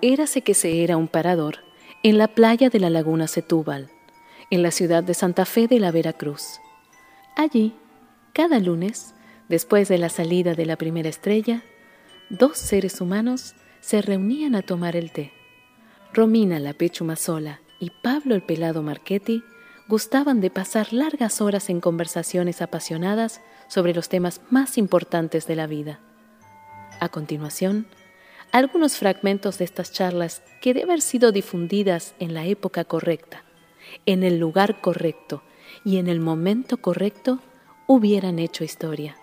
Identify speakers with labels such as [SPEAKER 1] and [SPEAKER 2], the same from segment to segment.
[SPEAKER 1] Érase que se era un parador en la playa de la laguna Setúbal, en la ciudad de Santa Fe de la Veracruz. Allí, cada lunes, después de la salida de la primera estrella, dos seres humanos se reunían a tomar el té. Romina la Pechumazola y Pablo el Pelado Marchetti gustaban de pasar largas horas en conversaciones apasionadas sobre los temas más importantes de la vida. A continuación, algunos fragmentos de estas charlas que deben haber sido difundidas en la época correcta, en el lugar correcto y en el momento correcto hubieran hecho historia.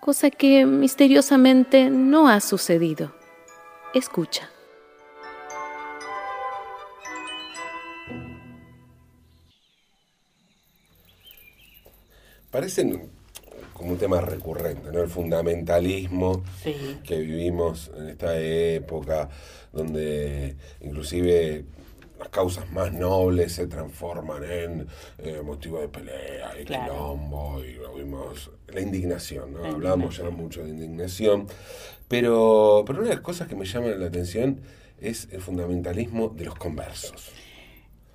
[SPEAKER 1] Cosa que misteriosamente no ha sucedido. Escucha.
[SPEAKER 2] Parecen como un tema recurrente, ¿no? El fundamentalismo
[SPEAKER 3] Sí.
[SPEAKER 2] que vivimos en esta época, donde inclusive las causas más nobles se transforman en eh, motivo de pelea y
[SPEAKER 3] Claro.
[SPEAKER 2] quilombo y lo vimos la indignación, ¿no?
[SPEAKER 3] La
[SPEAKER 2] Hablamos ya mucho de indignación, pero, pero una de las cosas que me llaman la atención es el fundamentalismo de los conversos.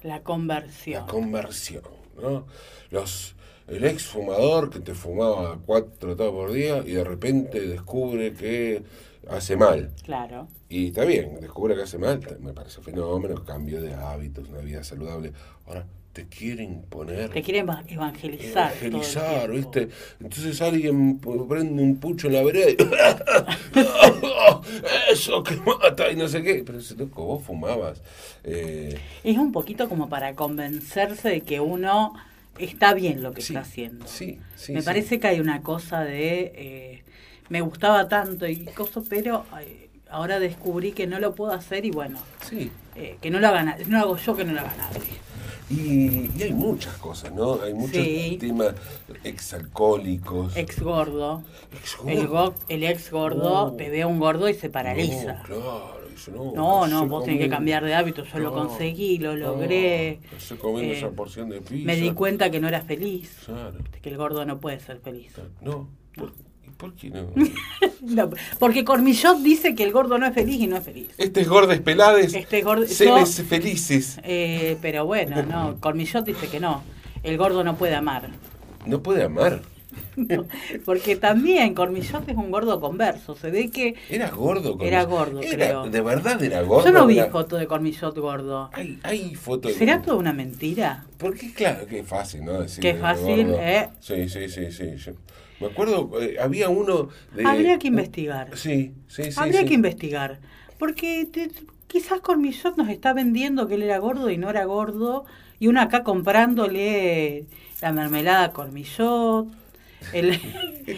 [SPEAKER 3] La conversión.
[SPEAKER 2] La conversión, ¿no? Los, el ex fumador que te fumaba cuatro todos por día y de repente descubre que hace mal.
[SPEAKER 3] claro.
[SPEAKER 2] Y está bien, descubre que hace mal, t- me parece un fenómeno, cambio de hábitos, una vida saludable. Ahora, te quieren poner
[SPEAKER 3] Te quieren eva- evangelizar. todo el
[SPEAKER 2] evangelizar,
[SPEAKER 3] tiempo.
[SPEAKER 2] ¿viste? Entonces alguien p- prende un pucho en la vereda y... Eso que mata y no sé qué. Pero ese loco, vos fumabas. Eh,
[SPEAKER 3] Es un poquito como para convencerse de que uno está bien lo que
[SPEAKER 2] Sí,
[SPEAKER 3] está haciendo.
[SPEAKER 2] sí, sí,
[SPEAKER 3] Me
[SPEAKER 2] sí.
[SPEAKER 3] parece que hay una cosa de eh, me gustaba tanto y cosa, pero ay, ahora descubrí que no lo puedo hacer y bueno,
[SPEAKER 2] sí,
[SPEAKER 3] eh, que no lo haga na- no hago yo que no lo haga nadie.
[SPEAKER 2] Y, y hay muchas cosas, ¿no? Hay muchos
[SPEAKER 3] Sí.
[SPEAKER 2] temas exalcohólicos.
[SPEAKER 3] Ex gordo.
[SPEAKER 2] Ex-
[SPEAKER 3] El, go- el ex gordo
[SPEAKER 2] No.
[SPEAKER 3] te ve a un gordo y se paraliza.
[SPEAKER 2] Uh. No, claro, dice, no,
[SPEAKER 3] No, no,
[SPEAKER 2] estoy
[SPEAKER 3] vos tenés que
[SPEAKER 2] comiendo-
[SPEAKER 3] cambiar de hábito, yo lo conseguí, lo
[SPEAKER 2] no,
[SPEAKER 3] logré.
[SPEAKER 2] estoy comiendo
[SPEAKER 3] Eh,
[SPEAKER 2] esa porción de pizza.
[SPEAKER 3] Me di cuenta que no era feliz,
[SPEAKER 2] Claro.
[SPEAKER 3] que el gordo no puede ser feliz.
[SPEAKER 2] No, ¿por, ¿y por qué no?
[SPEAKER 3] No, porque Cormillot dice que el gordo no es feliz y no es feliz.
[SPEAKER 2] Este es Gordes Pelades,
[SPEAKER 3] Este es gordo-
[SPEAKER 2] seres
[SPEAKER 3] yo-
[SPEAKER 2] felices.
[SPEAKER 3] Eh, pero bueno, no, Cormillot dice que no, el gordo no puede amar.
[SPEAKER 2] No puede amar.
[SPEAKER 3] Porque también Cormillot es un gordo converso, se ve que...
[SPEAKER 2] Era gordo. con
[SPEAKER 3] Era
[SPEAKER 2] eso.
[SPEAKER 3] gordo,
[SPEAKER 2] Era-
[SPEAKER 3] creo.
[SPEAKER 2] De verdad era gordo.
[SPEAKER 3] Yo no vi
[SPEAKER 2] era-
[SPEAKER 3] foto de Cormillot gordo.
[SPEAKER 2] Hay, hay fotos. de-
[SPEAKER 3] ¿Será toda una mentira?
[SPEAKER 2] Porque claro, que es fácil, ¿no? Decir
[SPEAKER 3] Qué
[SPEAKER 2] de
[SPEAKER 3] fácil,
[SPEAKER 2] gordo.
[SPEAKER 3] ¿eh?
[SPEAKER 2] Sí, sí, sí, sí. yo- Me acuerdo, eh, había uno de...
[SPEAKER 3] Habría que investigar.
[SPEAKER 2] Sí, sí, sí.
[SPEAKER 3] Habría
[SPEAKER 2] sí.
[SPEAKER 3] que investigar, porque te- quizás Cormillot nos está vendiendo que él era gordo y no era gordo, y uno acá comprándole la mermelada a Cormillot, el,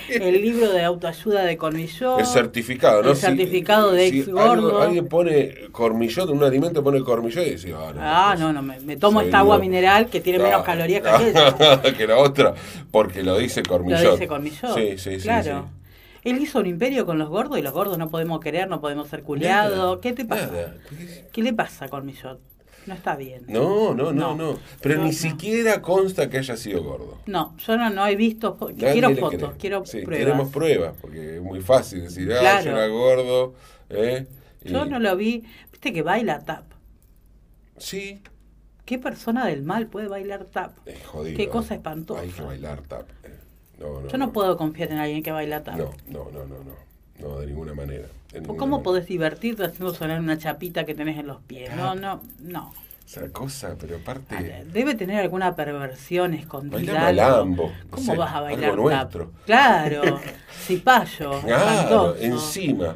[SPEAKER 3] el libro de autoayuda de Cormillot.
[SPEAKER 2] El certificado, ¿no?
[SPEAKER 3] El
[SPEAKER 2] Si-
[SPEAKER 3] certificado de
[SPEAKER 2] si
[SPEAKER 3] ex gordo.
[SPEAKER 2] algo- alguien pone cormillón, un alimento pone cormillón y dice, ah, no.
[SPEAKER 3] Ah,
[SPEAKER 2] pues,
[SPEAKER 3] no, no, me, me tomo
[SPEAKER 2] soy
[SPEAKER 3] esta agua
[SPEAKER 2] yo.
[SPEAKER 3] mineral que tiene menos
[SPEAKER 2] Ah,
[SPEAKER 3] calorías que aquella.
[SPEAKER 2] que la otra, porque lo dice
[SPEAKER 3] Lo
[SPEAKER 2] cormillón.
[SPEAKER 3] dice Cormillot.
[SPEAKER 2] Sí, sí, sí.
[SPEAKER 3] claro.
[SPEAKER 2] sí.
[SPEAKER 3] Él hizo un imperio con los gordos y los gordos no podemos querer, no podemos ser culiados.
[SPEAKER 2] Nada,
[SPEAKER 3] ¿Qué te pasa?
[SPEAKER 2] nada.
[SPEAKER 3] ¿Qué le pasa Cormillot? No está bien.
[SPEAKER 2] No, no, no, no,
[SPEAKER 3] No.
[SPEAKER 2] Pero
[SPEAKER 3] No,
[SPEAKER 2] ni
[SPEAKER 3] no.
[SPEAKER 2] siquiera consta que haya sido gordo.
[SPEAKER 3] No, yo no, no he visto. fo-
[SPEAKER 2] Nadie
[SPEAKER 3] Quiero
[SPEAKER 2] le
[SPEAKER 3] fotos,
[SPEAKER 2] cree.
[SPEAKER 3] quiero
[SPEAKER 2] Sí,
[SPEAKER 3] pruebas.
[SPEAKER 2] Queremos pruebas, porque es muy fácil decir, ah,
[SPEAKER 3] Claro.
[SPEAKER 2] yo era gordo. ¿eh? Y-
[SPEAKER 3] Yo no lo vi. Viste que baila tap.
[SPEAKER 2] Sí,
[SPEAKER 3] ¿Qué persona del mal puede bailar tap?
[SPEAKER 2] es jodido. ¿eh?
[SPEAKER 3] Qué cosa espantosa.
[SPEAKER 2] Hay que bailar tap. eh. No, no,
[SPEAKER 3] Yo no puedo confiar en alguien que baila tap.
[SPEAKER 2] No, no, no, no, no. No, de ninguna manera. de ninguna
[SPEAKER 3] ¿Cómo
[SPEAKER 2] manera.
[SPEAKER 3] podés divertirte haciendo sonar una chapita que tenés en los pies? No,
[SPEAKER 2] Tap.
[SPEAKER 3] no, no.
[SPEAKER 2] Esa cosa, pero
[SPEAKER 3] A
[SPEAKER 2] aparte.
[SPEAKER 3] ver, Debe tener alguna perversión escondida.
[SPEAKER 2] Bailame
[SPEAKER 3] algo.
[SPEAKER 2] alambo, no
[SPEAKER 3] ¿Cómo
[SPEAKER 2] sé,
[SPEAKER 3] vas a bailar
[SPEAKER 2] algo
[SPEAKER 3] tap?
[SPEAKER 2] nuestro.
[SPEAKER 3] Claro, cipayo.
[SPEAKER 2] Claro,
[SPEAKER 3] espantoso.
[SPEAKER 2] encima.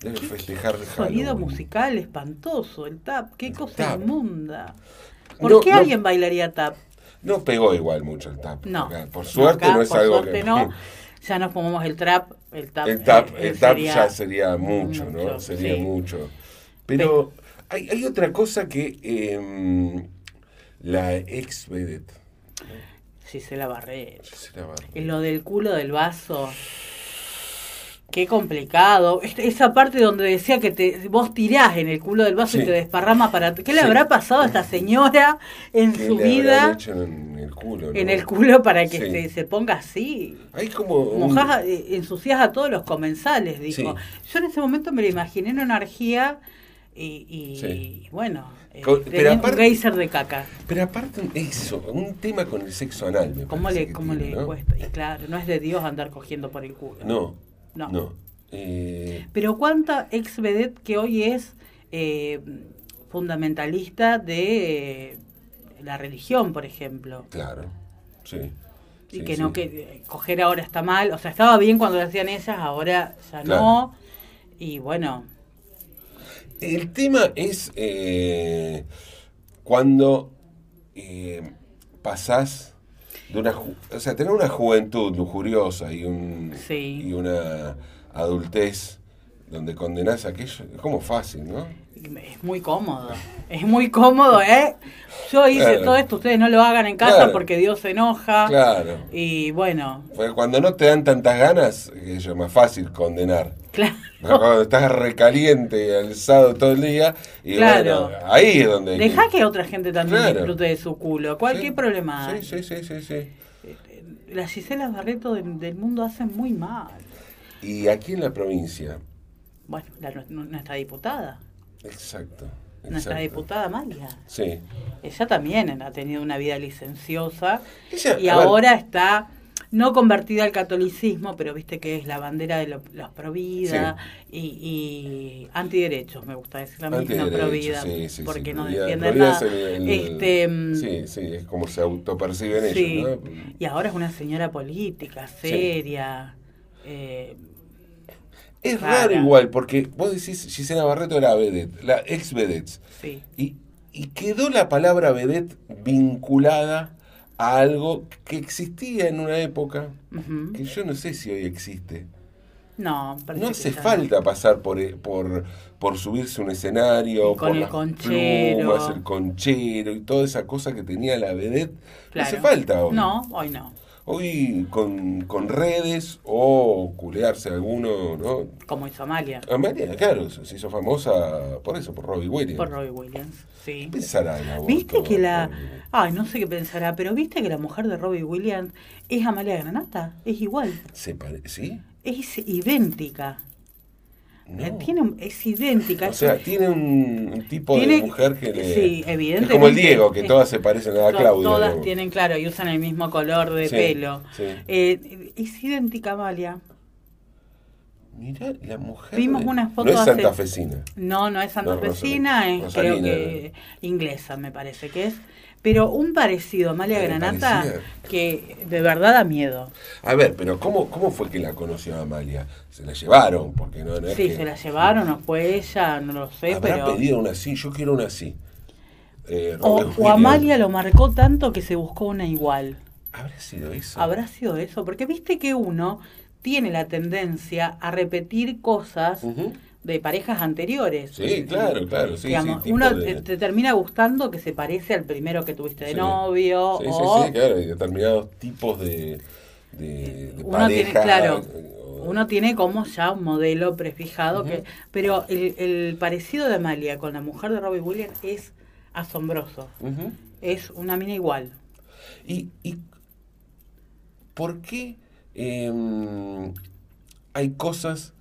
[SPEAKER 2] Debe festejar el
[SPEAKER 3] Sonido
[SPEAKER 2] Halloween.
[SPEAKER 3] musical espantoso, el tap, qué
[SPEAKER 2] El
[SPEAKER 3] cosa
[SPEAKER 2] tap.
[SPEAKER 3] inmunda. ¿Por
[SPEAKER 2] No,
[SPEAKER 3] qué
[SPEAKER 2] no.
[SPEAKER 3] alguien bailaría tap?
[SPEAKER 2] No pegó igual mucho el tap.
[SPEAKER 3] No.
[SPEAKER 2] Acá, Por suerte
[SPEAKER 3] Acá,
[SPEAKER 2] no es
[SPEAKER 3] por
[SPEAKER 2] algo
[SPEAKER 3] suerte
[SPEAKER 2] que.
[SPEAKER 3] no. Ya nos fumamos el trap, el tap.
[SPEAKER 2] El tap,
[SPEAKER 3] eh,
[SPEAKER 2] el tap
[SPEAKER 3] sería-
[SPEAKER 2] ya sería mucho, ¿no?
[SPEAKER 3] mucho,
[SPEAKER 2] sería
[SPEAKER 3] sí.
[SPEAKER 2] mucho. Pero hay, hay otra cosa que em, la ex vedette.
[SPEAKER 3] Gisela Barret.
[SPEAKER 2] Gisela Barret.
[SPEAKER 3] Lo del culo del vaso. Qué complicado. Es- Esa parte donde decía que te, vos tirás en el culo del vaso
[SPEAKER 2] Sí.
[SPEAKER 3] y te desparrama para... ¿Qué le
[SPEAKER 2] Sí.
[SPEAKER 3] habrá pasado a esta señora en
[SPEAKER 2] ¿Qué
[SPEAKER 3] su
[SPEAKER 2] le habrán
[SPEAKER 3] vida?
[SPEAKER 2] hecho en el culo.
[SPEAKER 3] En
[SPEAKER 2] no?
[SPEAKER 3] el culo para que
[SPEAKER 2] Sí.
[SPEAKER 3] se, se ponga así.
[SPEAKER 2] Hay como. un-
[SPEAKER 3] Mojás, eh, ensuciás a todos los comensales, dijo.
[SPEAKER 2] Sí.
[SPEAKER 3] Yo en ese momento me lo imaginé en una orgía Y, y-
[SPEAKER 2] Sí.
[SPEAKER 3] bueno, eh,
[SPEAKER 2] Co- pero
[SPEAKER 3] tenés un
[SPEAKER 2] aparte-
[SPEAKER 3] geyser de caca.
[SPEAKER 2] Pero aparte eso, un tema con el sexo anal. me
[SPEAKER 3] ¿Cómo
[SPEAKER 2] parece
[SPEAKER 3] le,
[SPEAKER 2] que
[SPEAKER 3] cómo
[SPEAKER 2] tiene,
[SPEAKER 3] le
[SPEAKER 2] ¿no?
[SPEAKER 3] cuesta? Y claro, no es de Dios andar cogiendo por el culo.
[SPEAKER 2] No,
[SPEAKER 3] No.
[SPEAKER 2] no. Eh,
[SPEAKER 3] Pero cuánta ex vedette que hoy es eh, fundamentalista de eh, la religión, por ejemplo.
[SPEAKER 2] claro, sí.
[SPEAKER 3] Y
[SPEAKER 2] sí,
[SPEAKER 3] que
[SPEAKER 2] sí.
[SPEAKER 3] no, que eh, coger ahora está mal. O sea, estaba bien cuando lo hacían ellas, ahora ya no.
[SPEAKER 2] Claro.
[SPEAKER 3] Y bueno,
[SPEAKER 2] El tema es eh, cuando eh, pasás de una... ju- O sea, tener una juventud lujuriosa y, un,
[SPEAKER 3] Sí.
[SPEAKER 2] y una adultez donde condenás aquello, es como fácil, ¿no?
[SPEAKER 3] es muy cómodo. Es muy cómodo, ¿eh? Yo hice
[SPEAKER 2] Claro.
[SPEAKER 3] todo esto, ustedes no lo hagan en casa
[SPEAKER 2] Claro.
[SPEAKER 3] porque Dios se enoja.
[SPEAKER 2] Claro.
[SPEAKER 3] Y bueno,
[SPEAKER 2] Porque cuando no te dan tantas ganas, qué sé yo, es más fácil condenar.
[SPEAKER 3] claro.
[SPEAKER 2] Pero Cuando estás recaliente y alzado todo el día, y
[SPEAKER 3] Claro.
[SPEAKER 2] bueno, ahí es donde...
[SPEAKER 3] Deja que otra gente también
[SPEAKER 2] Claro.
[SPEAKER 3] disfrute de su culo. ¿Cuál,
[SPEAKER 2] Sí.
[SPEAKER 3] ¿Qué problema hay? Eh,
[SPEAKER 2] Sí, sí, sí, sí, sí.
[SPEAKER 3] Las Gisela Barreto de- del mundo hacen muy mal.
[SPEAKER 2] Y aquí en la provincia,
[SPEAKER 3] Bueno, la nu- nuestra diputada,
[SPEAKER 2] Exacto.
[SPEAKER 3] nuestra
[SPEAKER 2] exacto.
[SPEAKER 3] diputada María.
[SPEAKER 2] Sí.
[SPEAKER 3] Ella también ha tenido una vida licenciosa
[SPEAKER 2] Ella-
[SPEAKER 3] y
[SPEAKER 2] a ver.
[SPEAKER 3] ahora está no convertida al catolicismo, pero viste que es la bandera de lo- los provida y, y antiderechos, me gusta decir la misma
[SPEAKER 2] Antiderecho,
[SPEAKER 3] provida,
[SPEAKER 2] sí, sí,
[SPEAKER 3] porque
[SPEAKER 2] sí,
[SPEAKER 3] no
[SPEAKER 2] Florida-
[SPEAKER 3] defienden
[SPEAKER 2] Florida
[SPEAKER 3] nada.
[SPEAKER 2] es el- el-
[SPEAKER 3] este, mm,
[SPEAKER 2] sí, sí, es como se autoperciben
[SPEAKER 3] Sí.
[SPEAKER 2] ellos, ¿no?
[SPEAKER 3] Y ahora es una señora política, seria. eh,
[SPEAKER 2] Es
[SPEAKER 3] Rara.
[SPEAKER 2] raro igual, porque vos decís Gisela Barreto era vedette, la ex vedette.
[SPEAKER 3] sí.
[SPEAKER 2] Y, y quedó la palabra vedette vinculada a algo que existía en una época,
[SPEAKER 3] Ujú.
[SPEAKER 2] que yo no sé si hoy existe.
[SPEAKER 3] No, parece
[SPEAKER 2] No
[SPEAKER 3] que
[SPEAKER 2] hace
[SPEAKER 3] ya
[SPEAKER 2] falta pasar por, eh, por, por subirse a un escenario,
[SPEAKER 3] Y con
[SPEAKER 2] por
[SPEAKER 3] el
[SPEAKER 2] las
[SPEAKER 3] conchero.
[SPEAKER 2] plumas, el conchero y toda esa cosa que tenía la vedette. No hace
[SPEAKER 3] Claro.
[SPEAKER 2] falta hoy.
[SPEAKER 3] No, hoy no.
[SPEAKER 2] Hoy con, con redes o culearse alguno, ¿no?
[SPEAKER 3] Como hizo Amalia,
[SPEAKER 2] Amalia, claro, se se hizo famosa por eso, por Robbie Williams.
[SPEAKER 3] por Robbie Williams. Sí.
[SPEAKER 2] ¿Qué pensará el aborto,
[SPEAKER 3] ¿Viste que la.
[SPEAKER 2] Robbie?
[SPEAKER 3] Ay, no sé qué pensará, pero ¿viste que la mujer de Robbie Williams es Amalia Granata? Es igual.
[SPEAKER 2] ¿Se pare- ¿Sí?
[SPEAKER 3] Es idéntica.
[SPEAKER 2] No.
[SPEAKER 3] Eh, Tiene, un- es idéntica.
[SPEAKER 2] O
[SPEAKER 3] es-
[SPEAKER 2] sea, tiene un un tipo
[SPEAKER 3] Tiene-
[SPEAKER 2] de mujer que le... Es
[SPEAKER 3] sí,
[SPEAKER 2] como el
[SPEAKER 3] evidentemente.
[SPEAKER 2] Diego, que
[SPEAKER 3] Es-
[SPEAKER 2] todas se parecen a la
[SPEAKER 3] to-
[SPEAKER 2] Claudia.
[SPEAKER 3] todas
[SPEAKER 2] digamos.
[SPEAKER 3] tienen, claro, y usan el mismo color de
[SPEAKER 2] Sí,
[SPEAKER 3] pelo.
[SPEAKER 2] sí.
[SPEAKER 3] Eh, es idéntica a Amalia.
[SPEAKER 2] Mirá, la mujer.
[SPEAKER 3] Vimos
[SPEAKER 2] de-
[SPEAKER 3] unas fotos
[SPEAKER 2] No es
[SPEAKER 3] hace-
[SPEAKER 2] santafesina.
[SPEAKER 3] No, no es Santa
[SPEAKER 2] No,
[SPEAKER 3] Fecina,
[SPEAKER 2] Rosalina.
[SPEAKER 3] es creo
[SPEAKER 2] Rosalina.
[SPEAKER 3] que inglesa, me parece que es. Pero un parecido a Amalia
[SPEAKER 2] Pero Eh,
[SPEAKER 3] Granata
[SPEAKER 2] parecía.
[SPEAKER 3] que de verdad da miedo.
[SPEAKER 2] A ver, pero ¿cómo, cómo fue que la conoció Amalia? Se la llevaron, porque no, no es
[SPEAKER 3] Sí,
[SPEAKER 2] que-
[SPEAKER 3] se la llevaron, o fue ella, no lo sé,
[SPEAKER 2] Habrá
[SPEAKER 3] pero.
[SPEAKER 2] pedido una así, yo quiero una así. Eh,
[SPEAKER 3] O,
[SPEAKER 2] Robert
[SPEAKER 3] o
[SPEAKER 2] Williams.
[SPEAKER 3] Amalia lo marcó tanto que se buscó una igual.
[SPEAKER 2] ¿Habrá sido eso?
[SPEAKER 3] ¿Habrá sido eso? Porque viste que uno tiene la tendencia a repetir cosas
[SPEAKER 2] Ujú.
[SPEAKER 3] de parejas anteriores.
[SPEAKER 2] Sí, claro, claro. Sí,
[SPEAKER 3] Digamos,
[SPEAKER 2] sí, tipo
[SPEAKER 3] uno
[SPEAKER 2] de-
[SPEAKER 3] te, te termina gustando que se parece al primero que tuviste de
[SPEAKER 2] Sí.
[SPEAKER 3] novio.
[SPEAKER 2] Sí,
[SPEAKER 3] o
[SPEAKER 2] sí, sí, claro. Y determinados tipos de, de, de
[SPEAKER 3] uno
[SPEAKER 2] pareja. eh,
[SPEAKER 3] tiene, claro,
[SPEAKER 2] o-
[SPEAKER 3] uno tiene como ya un modelo prefijado que, pero el, el parecido de Amalia con la mujer de Robbie Williams es asombroso.
[SPEAKER 2] Ujú.
[SPEAKER 3] Es una mina igual.
[SPEAKER 2] ¿Y, y por qué em, hay cosas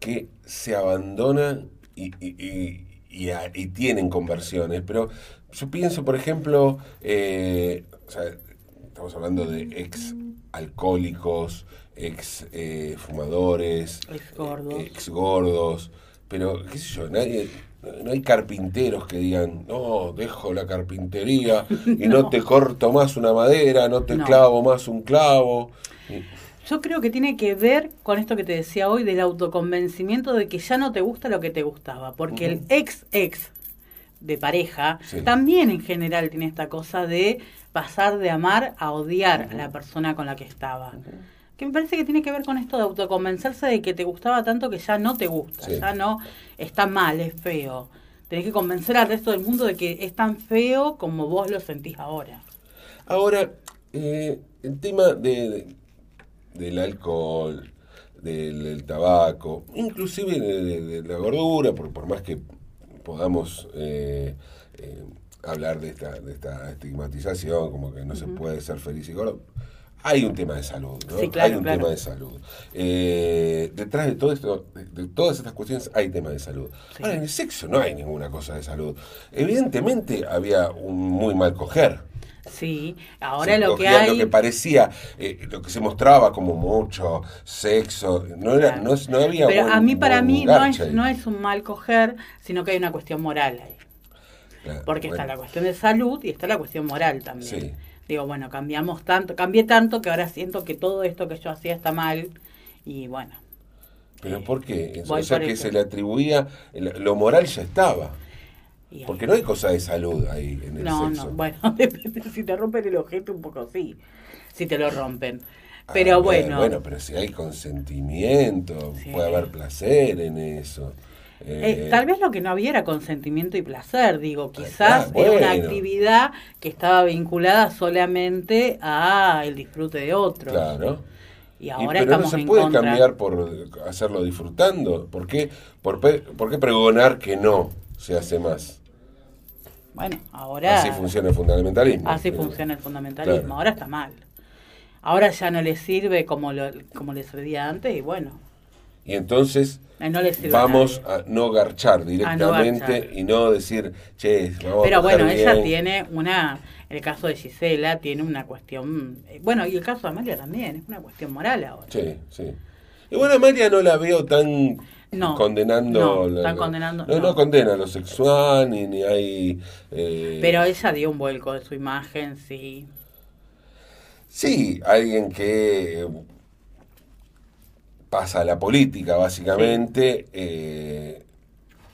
[SPEAKER 2] que se abandonan y, y- y- y a- y tienen conversiones? Pero yo pienso, por ejemplo, eh, o sea, estamos hablando de ex alcohólicos, ex eh, fumadores,
[SPEAKER 3] Ex gordos.
[SPEAKER 2] eh, ex gordos, pero qué sé yo, nadie... No hay carpinteros que digan, no, dejo la carpintería y no,
[SPEAKER 3] No.
[SPEAKER 2] te corto más una madera, no te
[SPEAKER 3] No.
[SPEAKER 2] clavo más un clavo. Y-
[SPEAKER 3] Yo creo que tiene que ver con esto que te decía hoy del autoconvencimiento de que ya no te gusta lo que te gustaba, porque
[SPEAKER 2] Ujú.
[SPEAKER 3] el ex ex de pareja
[SPEAKER 2] Sí.
[SPEAKER 3] también en general tiene esta cosa de pasar de amar a odiar a la persona con la que estaba. Que me parece que tiene que ver con esto de autoconvencerse de que te gustaba tanto que ya no te gusta,
[SPEAKER 2] Sí.
[SPEAKER 3] ya no está mal, es feo. Tenés que convencer al resto del mundo de que es tan feo como vos lo sentís ahora.
[SPEAKER 2] Ahora, eh, el tema de, del alcohol, del, del tabaco, inclusive de, de- de la gordura, por, por más que podamos eh, eh, hablar de esta, de esta estigmatización, como que no se puede ser feliz y gordo, hay un tema de salud, ¿no?
[SPEAKER 3] Sí, claro,
[SPEAKER 2] hay un
[SPEAKER 3] claro.
[SPEAKER 2] tema de salud. Eh, detrás de todo esto, de, de todas estas cuestiones, hay tema de salud.
[SPEAKER 3] Sí.
[SPEAKER 2] Ahora, en el sexo no hay ninguna cosa de salud. Evidentemente había un muy mal coger.
[SPEAKER 3] Sí, ahora
[SPEAKER 2] Se
[SPEAKER 3] lo que
[SPEAKER 2] cogía
[SPEAKER 3] hay.
[SPEAKER 2] Lo que parecía, eh, lo que se mostraba como mucho sexo, no, era, no, no había
[SPEAKER 3] pero
[SPEAKER 2] buen-
[SPEAKER 3] a mí, para
[SPEAKER 2] buen
[SPEAKER 3] mí, no
[SPEAKER 2] garche
[SPEAKER 3] es,
[SPEAKER 2] ahí.
[SPEAKER 3] no es un mal coger, sino que hay una cuestión moral ahí.
[SPEAKER 2] Claro,
[SPEAKER 3] Porque
[SPEAKER 2] bueno.
[SPEAKER 3] está la cuestión de salud y está la cuestión moral también.
[SPEAKER 2] Sí.
[SPEAKER 3] Digo, bueno, cambiamos tanto, cambié tanto que ahora siento que todo esto que yo hacía está mal. Y bueno,
[SPEAKER 2] Pero ¿por qué?
[SPEAKER 3] Voy
[SPEAKER 2] O sea,
[SPEAKER 3] por
[SPEAKER 2] que
[SPEAKER 3] eso.
[SPEAKER 2] se le atribuía, el- lo moral ya estaba.
[SPEAKER 3] y ahí-
[SPEAKER 2] Porque no hay cosa de salud ahí en el
[SPEAKER 3] no,
[SPEAKER 2] sexo.
[SPEAKER 3] no, bueno, depende, si te rompen el objeto un poco sí, si te lo rompen.
[SPEAKER 2] A ver,
[SPEAKER 3] Pero bueno,
[SPEAKER 2] Ah, Bueno, pero si hay consentimiento,
[SPEAKER 3] Sí.
[SPEAKER 2] puede haber placer en eso.
[SPEAKER 3] eh,
[SPEAKER 2] Eh,
[SPEAKER 3] tal vez lo que no había era consentimiento y placer, digo,
[SPEAKER 2] Ah,
[SPEAKER 3] quizás
[SPEAKER 2] claro,
[SPEAKER 3] era una
[SPEAKER 2] bueno.
[SPEAKER 3] actividad que estaba vinculada solamente a el disfrute de otros.
[SPEAKER 2] Claro.
[SPEAKER 3] Y
[SPEAKER 2] Y-
[SPEAKER 3] ahora
[SPEAKER 2] pero no
[SPEAKER 3] estamos
[SPEAKER 2] se
[SPEAKER 3] en
[SPEAKER 2] puede
[SPEAKER 3] contra.
[SPEAKER 2] cambiar por hacerlo disfrutando. ¿Por qué, por, pe- por qué pregonar que no se hace más?
[SPEAKER 3] Bueno, ahora
[SPEAKER 2] Así funciona el fundamentalismo.
[SPEAKER 3] Así
[SPEAKER 2] Pero-
[SPEAKER 3] funciona el fundamentalismo.
[SPEAKER 2] Claro.
[SPEAKER 3] Ahora está mal. Ahora ya no le sirve como, lo, como le servía antes y bueno,
[SPEAKER 2] Y entonces
[SPEAKER 3] eh, no le sirve. a
[SPEAKER 2] vamos
[SPEAKER 3] nadie.
[SPEAKER 2] a no garchar directamente
[SPEAKER 3] garchar.
[SPEAKER 2] y no decir, che, vamos a
[SPEAKER 3] Pero
[SPEAKER 2] coger
[SPEAKER 3] bueno, ella
[SPEAKER 2] bien".
[SPEAKER 3] tiene una, el caso de Gisela tiene una cuestión, eh, bueno, y el caso de Amalia también, es una cuestión moral ahora.
[SPEAKER 2] Sí, sí. Y bueno, a María no la veo tan
[SPEAKER 3] No,
[SPEAKER 2] condenando.
[SPEAKER 3] no,
[SPEAKER 2] la-
[SPEAKER 3] tan condenando,
[SPEAKER 2] No, no,
[SPEAKER 3] no.
[SPEAKER 2] condena lo sexual, ni, ni hay. eh,
[SPEAKER 3] Pero ella dio un vuelco de su imagen, sí.
[SPEAKER 2] Sí, alguien que eh, pasa a la política, básicamente. eh,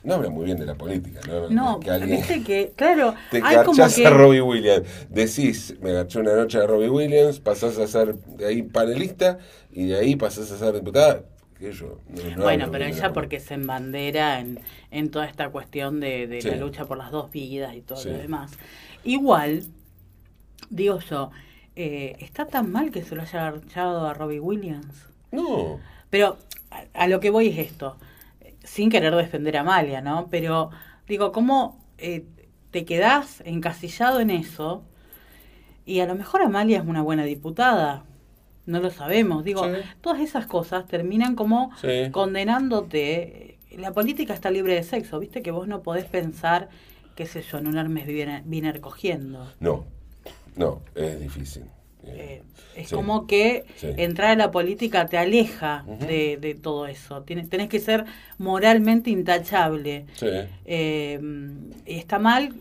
[SPEAKER 2] no habla muy bien de la política, ¿no?
[SPEAKER 3] No,
[SPEAKER 2] que alguien-
[SPEAKER 3] viste que, claro,
[SPEAKER 2] Te
[SPEAKER 3] hay como
[SPEAKER 2] garchás
[SPEAKER 3] que...
[SPEAKER 2] a Robbie Williams. Decís, me garché una noche a Robbie Williams, pasás a ser de ahí panelista y de ahí pasás a ser diputada. Que yo, no- no
[SPEAKER 3] Bueno,
[SPEAKER 2] hablo
[SPEAKER 3] pero
[SPEAKER 2] bien de
[SPEAKER 3] ella
[SPEAKER 2] la
[SPEAKER 3] porque se embandera en, en toda esta cuestión de, de la
[SPEAKER 2] Sí.
[SPEAKER 3] lucha por las dos vidas y todo
[SPEAKER 2] Sí.
[SPEAKER 3] lo demás. Igual, digo yo, eh, está tan mal que se lo haya agarchado a Robbie Williams.
[SPEAKER 2] No,
[SPEAKER 3] Pero a, a lo que voy es esto, eh, sin querer defender a Amalia, ¿no? Pero digo, ¿cómo eh, te quedás encasillado en eso? Y a lo mejor Amalia es una buena diputada. No lo sabemos. Digo,
[SPEAKER 2] Sí.
[SPEAKER 3] todas esas cosas terminan como
[SPEAKER 2] Sí.
[SPEAKER 3] condenándote. La política está libre de sexo, viste que vos no podés pensar, qué sé yo, en un Hermes viene, viene cogiendo.
[SPEAKER 2] no, no, es difícil. Eh,
[SPEAKER 3] Eh, es
[SPEAKER 2] Sí.
[SPEAKER 3] como que
[SPEAKER 2] Sí.
[SPEAKER 3] entrar a la política te aleja
[SPEAKER 2] Ujú.
[SPEAKER 3] de, de todo eso. Tienes, tenés que ser moralmente intachable.
[SPEAKER 2] sí,
[SPEAKER 3] Eh, y está mal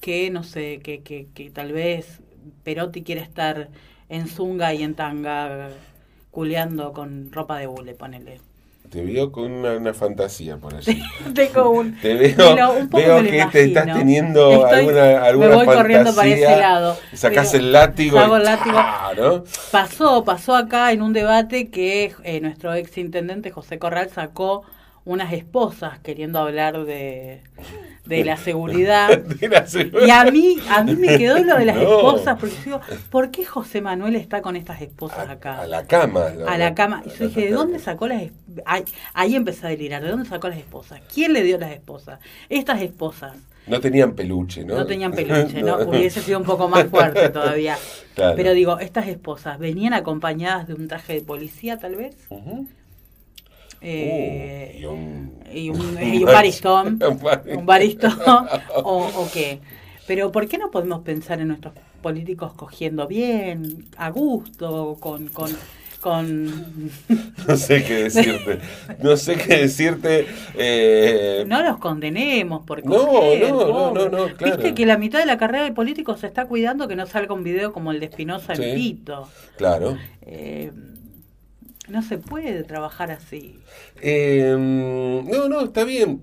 [SPEAKER 3] que, no sé, que, que, que tal vez Perotti quiera estar en zunga y en tanga culeando con ropa de hule, ponele.
[SPEAKER 2] te veo con una, una fantasía por allí.
[SPEAKER 3] Tengo un...
[SPEAKER 2] Te veo,
[SPEAKER 3] Pero un poco
[SPEAKER 2] veo
[SPEAKER 3] me lo
[SPEAKER 2] que te
[SPEAKER 3] imagino.
[SPEAKER 2] estás teniendo
[SPEAKER 3] Estoy-
[SPEAKER 2] alguna, alguna
[SPEAKER 3] me voy
[SPEAKER 2] fantasía.
[SPEAKER 3] corriendo para ese lado.
[SPEAKER 2] Sacás
[SPEAKER 3] Pero
[SPEAKER 2] el látigo.
[SPEAKER 3] saco
[SPEAKER 2] y
[SPEAKER 3] el látigo.
[SPEAKER 2] ¡ah! ¿no?
[SPEAKER 3] Pasó, pasó acá en un debate que eh, nuestro ex intendente José Corral sacó unas esposas queriendo hablar de, de la seguridad.
[SPEAKER 2] De la
[SPEAKER 3] Y a mí, a mí me quedó lo de las
[SPEAKER 2] No.
[SPEAKER 3] esposas, porque yo digo, ¿por qué José Manuel está con estas esposas
[SPEAKER 2] a,
[SPEAKER 3] acá?
[SPEAKER 2] a la cama. lo-
[SPEAKER 3] A la cama. Y
[SPEAKER 2] lo-
[SPEAKER 3] yo dije, ¿de dónde sacó las esp- ahí, ahí empecé a delirar, ¿de dónde sacó las esposas? ¿Quién le dio las esposas? Estas esposas.
[SPEAKER 2] No tenían peluche, ¿no?
[SPEAKER 3] No, tenían peluche, ¿no? Hubiese sido un poco más fuerte todavía.
[SPEAKER 2] Claro.
[SPEAKER 3] Pero digo, estas esposas venían acompañadas de un traje de policía, tal vez.
[SPEAKER 2] Ujú.
[SPEAKER 3] Eh,
[SPEAKER 2] Uh, y un...
[SPEAKER 3] y un, y un baristón.
[SPEAKER 2] Un baristón.
[SPEAKER 3] Un baristón. o, o qué. Pero ¿por qué no podemos pensar en nuestros políticos cogiendo bien, a gusto, con... con, con
[SPEAKER 2] No sé qué decirte. No sé qué decirte. eh,
[SPEAKER 3] no los condenemos por
[SPEAKER 2] No,
[SPEAKER 3] coger,
[SPEAKER 2] no, no,
[SPEAKER 3] pobre.
[SPEAKER 2] no, no, claro.
[SPEAKER 3] Viste que la mitad de la carrera de políticos se está cuidando que no salga un video como el de Espinosa el
[SPEAKER 2] Sí.
[SPEAKER 3] Pito.
[SPEAKER 2] Claro.
[SPEAKER 3] Eh, no se puede trabajar así.
[SPEAKER 2] Eh, no, no, está bien.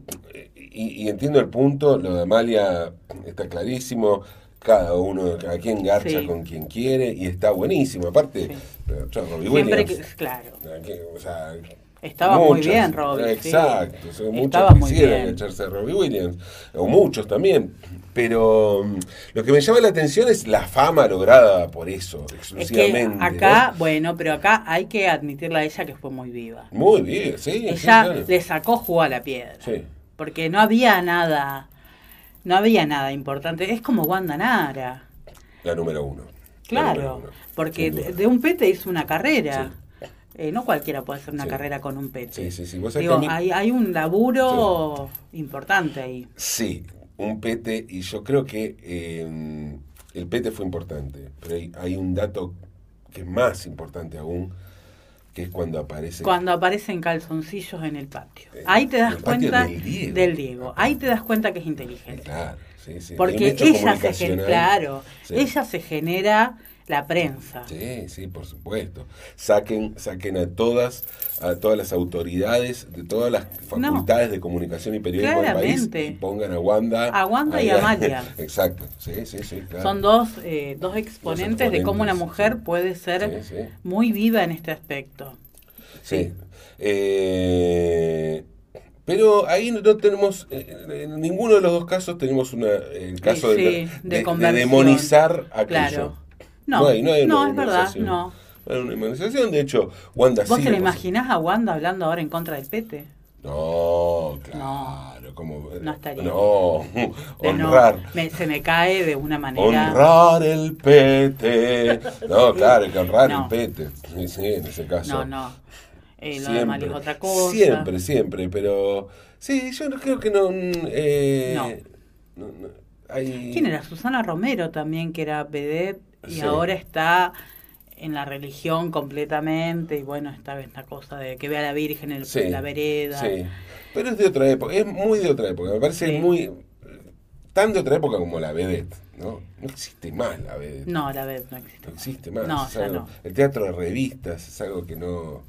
[SPEAKER 2] Y, y entiendo el punto, lo de Amalia está clarísimo. Cada uno, cada quien garcha
[SPEAKER 3] Sí.
[SPEAKER 2] con quien quiere y está buenísimo. Aparte,
[SPEAKER 3] Sí.
[SPEAKER 2] pero, yo, Robbie
[SPEAKER 3] Siempre que,
[SPEAKER 2] Williams,
[SPEAKER 3] claro.
[SPEAKER 2] aquí, o sea,
[SPEAKER 3] Estaba muy
[SPEAKER 2] muchos,
[SPEAKER 3] bien, Robbie. sí.
[SPEAKER 2] Exacto, son
[SPEAKER 3] Estaba
[SPEAKER 2] muchos
[SPEAKER 3] muy
[SPEAKER 2] quisieran
[SPEAKER 3] bien.
[SPEAKER 2] echarse a Robbie Williams, o muchos también. Pero mm, lo que me llama la atención es la fama lograda por eso,
[SPEAKER 3] Es que
[SPEAKER 2] exclusivamente.
[SPEAKER 3] acá, bueno, pero acá hay que admitirla a ella que fue muy viva.
[SPEAKER 2] ¿no? Muy bien, ¿eh? sí. sí,
[SPEAKER 3] Ella
[SPEAKER 2] claro.
[SPEAKER 3] le sacó jugo a la piedra.
[SPEAKER 2] Sí.
[SPEAKER 3] Porque no había nada, no había nada importante. Es como Wanda Nara.
[SPEAKER 2] La número uno.
[SPEAKER 3] Claro,
[SPEAKER 2] Bueno,
[SPEAKER 3] porque
[SPEAKER 2] sin duda.
[SPEAKER 3] de, de un pete hizo una carrera. Eh, no cualquiera puede hacer una
[SPEAKER 2] Sí.
[SPEAKER 3] carrera con un pete.
[SPEAKER 2] Sí, sí, sí. Vos sabés
[SPEAKER 3] Digo,
[SPEAKER 2] que a mí-
[SPEAKER 3] hay, hay un laburo importante ahí.
[SPEAKER 2] Sí, un pete, y yo creo que eh, el pete fue importante, pero hay, hay un dato que es más importante aún, que es cuando aparece.
[SPEAKER 3] Cuando aparecen calzoncillos en el patio.
[SPEAKER 2] Eh,
[SPEAKER 3] Ahí te das
[SPEAKER 2] el patio
[SPEAKER 3] cuenta
[SPEAKER 2] del Diego.
[SPEAKER 3] Ahí te das cuenta que es
[SPEAKER 2] Eh,
[SPEAKER 3] inteligente.
[SPEAKER 2] Claro, sí, sí. Hay un
[SPEAKER 3] Porque
[SPEAKER 2] hecho
[SPEAKER 3] ella se, gen-
[SPEAKER 2] comunicacional.
[SPEAKER 3] claro,
[SPEAKER 2] Sí.
[SPEAKER 3] ella se genera la prensa.
[SPEAKER 2] Sí, sí, por supuesto. Saquen, saquen a todas, a todas las autoridades de todas las facultades de comunicación y periodismo del
[SPEAKER 3] Claramente.
[SPEAKER 2] país y pongan a Wanda.
[SPEAKER 3] A Wanda y a Amalia.
[SPEAKER 2] Exacto, sí, sí, sí, claro.
[SPEAKER 3] Son dos, eh, dos exponentes de cómo una
[SPEAKER 2] exponentes,
[SPEAKER 3] mujer
[SPEAKER 2] sí.
[SPEAKER 3] puede ser
[SPEAKER 2] Sí, sí.
[SPEAKER 3] muy viva en este aspecto.
[SPEAKER 2] Sí. Eh, pero ahí no tenemos, eh, en ninguno de los dos casos tenemos una, el caso
[SPEAKER 3] sí,
[SPEAKER 2] de,
[SPEAKER 3] de
[SPEAKER 2] de- de
[SPEAKER 3] conversión.
[SPEAKER 2] demonizar aquello.
[SPEAKER 3] Claro. No,
[SPEAKER 2] Ah, No, hay- no hay una
[SPEAKER 3] no, es verdad,
[SPEAKER 2] demonización.
[SPEAKER 3] no.
[SPEAKER 2] No hay una demonización, de hecho, Wanda
[SPEAKER 3] ¿Vos
[SPEAKER 2] sí
[SPEAKER 3] te
[SPEAKER 2] lo
[SPEAKER 3] la
[SPEAKER 2] puso.
[SPEAKER 3] imaginás a Wanda hablando ahora en contra del Pete?
[SPEAKER 2] No, claro, como eh,
[SPEAKER 3] No estaría.
[SPEAKER 2] No,
[SPEAKER 3] De no,
[SPEAKER 2] honrar.
[SPEAKER 3] me- se me cae de una manera.
[SPEAKER 2] Honrar el pete. No, claro, hay que honrar
[SPEAKER 3] No.
[SPEAKER 2] el pete. Sí, sí, en ese caso.
[SPEAKER 3] No, no. Eh, lo de Mario es otra cosa.
[SPEAKER 2] Siempre, siempre, pero sí, yo no creo que no. mm, eh, no, no, hay-
[SPEAKER 3] ¿Quién era? Susana Romero también, que era vedette y
[SPEAKER 2] Sí.
[SPEAKER 3] ahora está en la religión completamente. Y bueno, está esta cosa de que ve a la Virgen en el-
[SPEAKER 2] Sí,
[SPEAKER 3] en la vereda.
[SPEAKER 2] Sí, pero es de otra época, es muy de otra época. Me parece
[SPEAKER 3] Sí.
[SPEAKER 2] muy. Tan de otra época como la vedette, ¿no? No existe más la vedette.
[SPEAKER 3] No, la vedette no existe.
[SPEAKER 2] No existe más.
[SPEAKER 3] No,
[SPEAKER 2] es
[SPEAKER 3] ya
[SPEAKER 2] algo-
[SPEAKER 3] no.
[SPEAKER 2] El teatro de revistas es algo que no,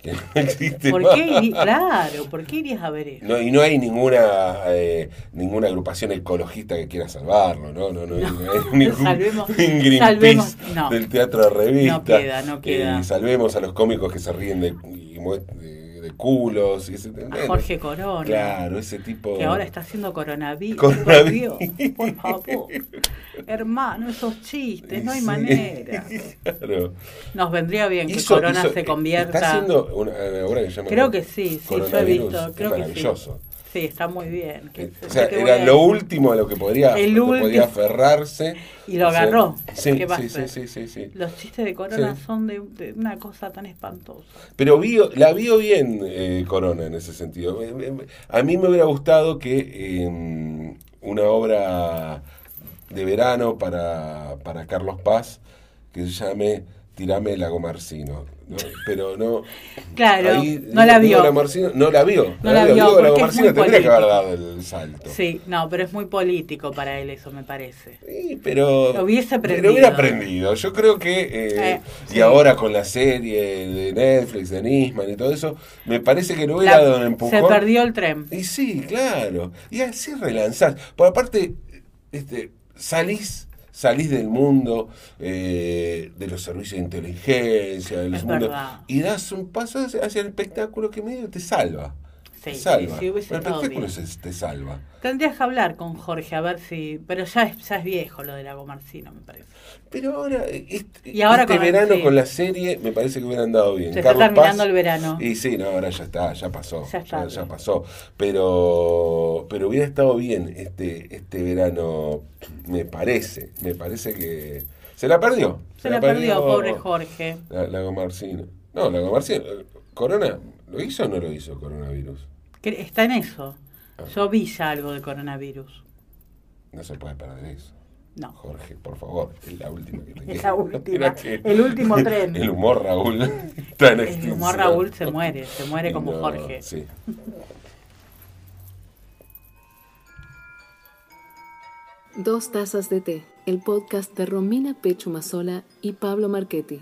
[SPEAKER 2] que no existe
[SPEAKER 3] ¿Por
[SPEAKER 2] más.
[SPEAKER 3] qué iri- claro, ¿por qué irías a ver eso?
[SPEAKER 2] No, y no hay ninguna eh, ninguna agrupación ecologista que quiera salvarlo, ¿no? No, no,
[SPEAKER 3] No,
[SPEAKER 2] no hay ningún
[SPEAKER 3] salvemos-
[SPEAKER 2] un Greenpeace
[SPEAKER 3] salvemos- no.
[SPEAKER 2] del teatro de revista. Eh,
[SPEAKER 3] No queda, no queda.
[SPEAKER 2] Y salvemos a los cómicos que se ríen de, y mue- de- de culos. Y ese,
[SPEAKER 3] A Jorge Corona.
[SPEAKER 2] Claro, ese tipo.
[SPEAKER 3] Que ahora está haciendo coronavirus.
[SPEAKER 2] Coronavirus.
[SPEAKER 3] Por Dios, por favor. Hermano, esos chistes, no hay
[SPEAKER 2] Sí.
[SPEAKER 3] manera.
[SPEAKER 2] Claro.
[SPEAKER 3] Nos vendría bien que
[SPEAKER 2] Hizo-
[SPEAKER 3] Corona
[SPEAKER 2] hizo- eh,
[SPEAKER 3] se
[SPEAKER 2] Está
[SPEAKER 3] convierta.
[SPEAKER 2] haciendo una una obra que se llama
[SPEAKER 3] Creo que sí, sí, yo he
[SPEAKER 2] Coronavirus,
[SPEAKER 3] visto.
[SPEAKER 2] es
[SPEAKER 3] Creo que sí.
[SPEAKER 2] maravilloso.
[SPEAKER 3] Sí, está muy bien. que-
[SPEAKER 2] Eh, O sea,
[SPEAKER 3] que te voy
[SPEAKER 2] era
[SPEAKER 3] a-
[SPEAKER 2] lo último a lo que podría,
[SPEAKER 3] El
[SPEAKER 2] lo que podía
[SPEAKER 3] último.
[SPEAKER 2] aferrarse.
[SPEAKER 3] Y lo
[SPEAKER 2] O sea,
[SPEAKER 3] agarró.
[SPEAKER 2] sí,
[SPEAKER 3] ¿Qué va a
[SPEAKER 2] sí, sí,
[SPEAKER 3] hacer?
[SPEAKER 2] sí, sí, sí.
[SPEAKER 3] Los chistes de Corona
[SPEAKER 2] Sí.
[SPEAKER 3] son de, de una cosa tan espantosa.
[SPEAKER 2] Pero vio, la vio bien eh, Corona en ese sentido. Eh, eh, A mí me hubiera gustado que eh, una obra de verano para, para Carlos Paz que se llame Tirame el Lagomarcino. ¿no? Pero no.
[SPEAKER 3] Claro,
[SPEAKER 2] ahí-
[SPEAKER 3] no la
[SPEAKER 2] Diego
[SPEAKER 3] vio.
[SPEAKER 2] Lagomarcino- no la vio.
[SPEAKER 3] No la vio,
[SPEAKER 2] Diego
[SPEAKER 3] porque es
[SPEAKER 2] Lagomarcino
[SPEAKER 3] muy
[SPEAKER 2] tendría que haber
[SPEAKER 3] político.
[SPEAKER 2] dado el salto.
[SPEAKER 3] Sí, no, pero es muy político para él eso, me parece.
[SPEAKER 2] Sí, pero.
[SPEAKER 3] Lo
[SPEAKER 2] pero
[SPEAKER 3] hubiese aprendido.
[SPEAKER 2] hubiera aprendido. Yo creo que. eh,
[SPEAKER 3] Eh,
[SPEAKER 2] y
[SPEAKER 3] sí.
[SPEAKER 2] ahora con la serie de Netflix, de Nisman y todo eso, me parece que no hubiera
[SPEAKER 3] La-
[SPEAKER 2] dado un empujón.
[SPEAKER 3] se perdió el tren.
[SPEAKER 2] Y sí, claro. Y así relanzás. Por aparte, este, salís. Salís del mundo eh, de los servicios de inteligencia, de los
[SPEAKER 3] Es
[SPEAKER 2] mundos,
[SPEAKER 3] verdad.
[SPEAKER 2] y das un paso hacia, hacia el espectáculo que medio te salva.
[SPEAKER 3] Sí,
[SPEAKER 2] te salva.
[SPEAKER 3] sí, sí, hubiese
[SPEAKER 2] el
[SPEAKER 3] estado
[SPEAKER 2] espectáculo
[SPEAKER 3] bien.
[SPEAKER 2] se- te salva.
[SPEAKER 3] Tendrías que hablar con Jorge a ver si. Pero ya es, ya es viejo lo de la Gomarcino, me parece.
[SPEAKER 2] Pero ahora, eh, este,
[SPEAKER 3] Y ahora
[SPEAKER 2] este
[SPEAKER 3] con el-
[SPEAKER 2] verano
[SPEAKER 3] sí.
[SPEAKER 2] con la serie me parece que hubieran dado bien.
[SPEAKER 3] Se está terminando el verano.
[SPEAKER 2] Y sí, no, ahora ya está, ya pasó.
[SPEAKER 3] Ya está.
[SPEAKER 2] Ya, pasó. Pero, pero hubiera estado bien este, este verano, me parece. Me parece que. Se la perdió.
[SPEAKER 3] Se, la perdió, pobre Jorge.
[SPEAKER 2] La, Lago Marcino. No, Lago Marcino. eh, Corona, ¿lo hizo o no lo hizo coronavirus?
[SPEAKER 3] Que Está en eso.
[SPEAKER 2] Ah.
[SPEAKER 3] Yo vi ya algo de coronavirus.
[SPEAKER 2] No se puede perder eso.
[SPEAKER 3] No.
[SPEAKER 2] Jorge, por favor, es la última que te
[SPEAKER 3] Es
[SPEAKER 2] queda.
[SPEAKER 3] la última,
[SPEAKER 2] Que-
[SPEAKER 3] el último tren.
[SPEAKER 2] El humor Raúl está en
[SPEAKER 3] El humor
[SPEAKER 2] extinción.
[SPEAKER 3] Raúl se muere, se muere como
[SPEAKER 2] No,
[SPEAKER 3] Jorge.
[SPEAKER 2] Sí.
[SPEAKER 1] Dos tazas de té, el podcast de Romina Pechumazola y Pablo Marchetti.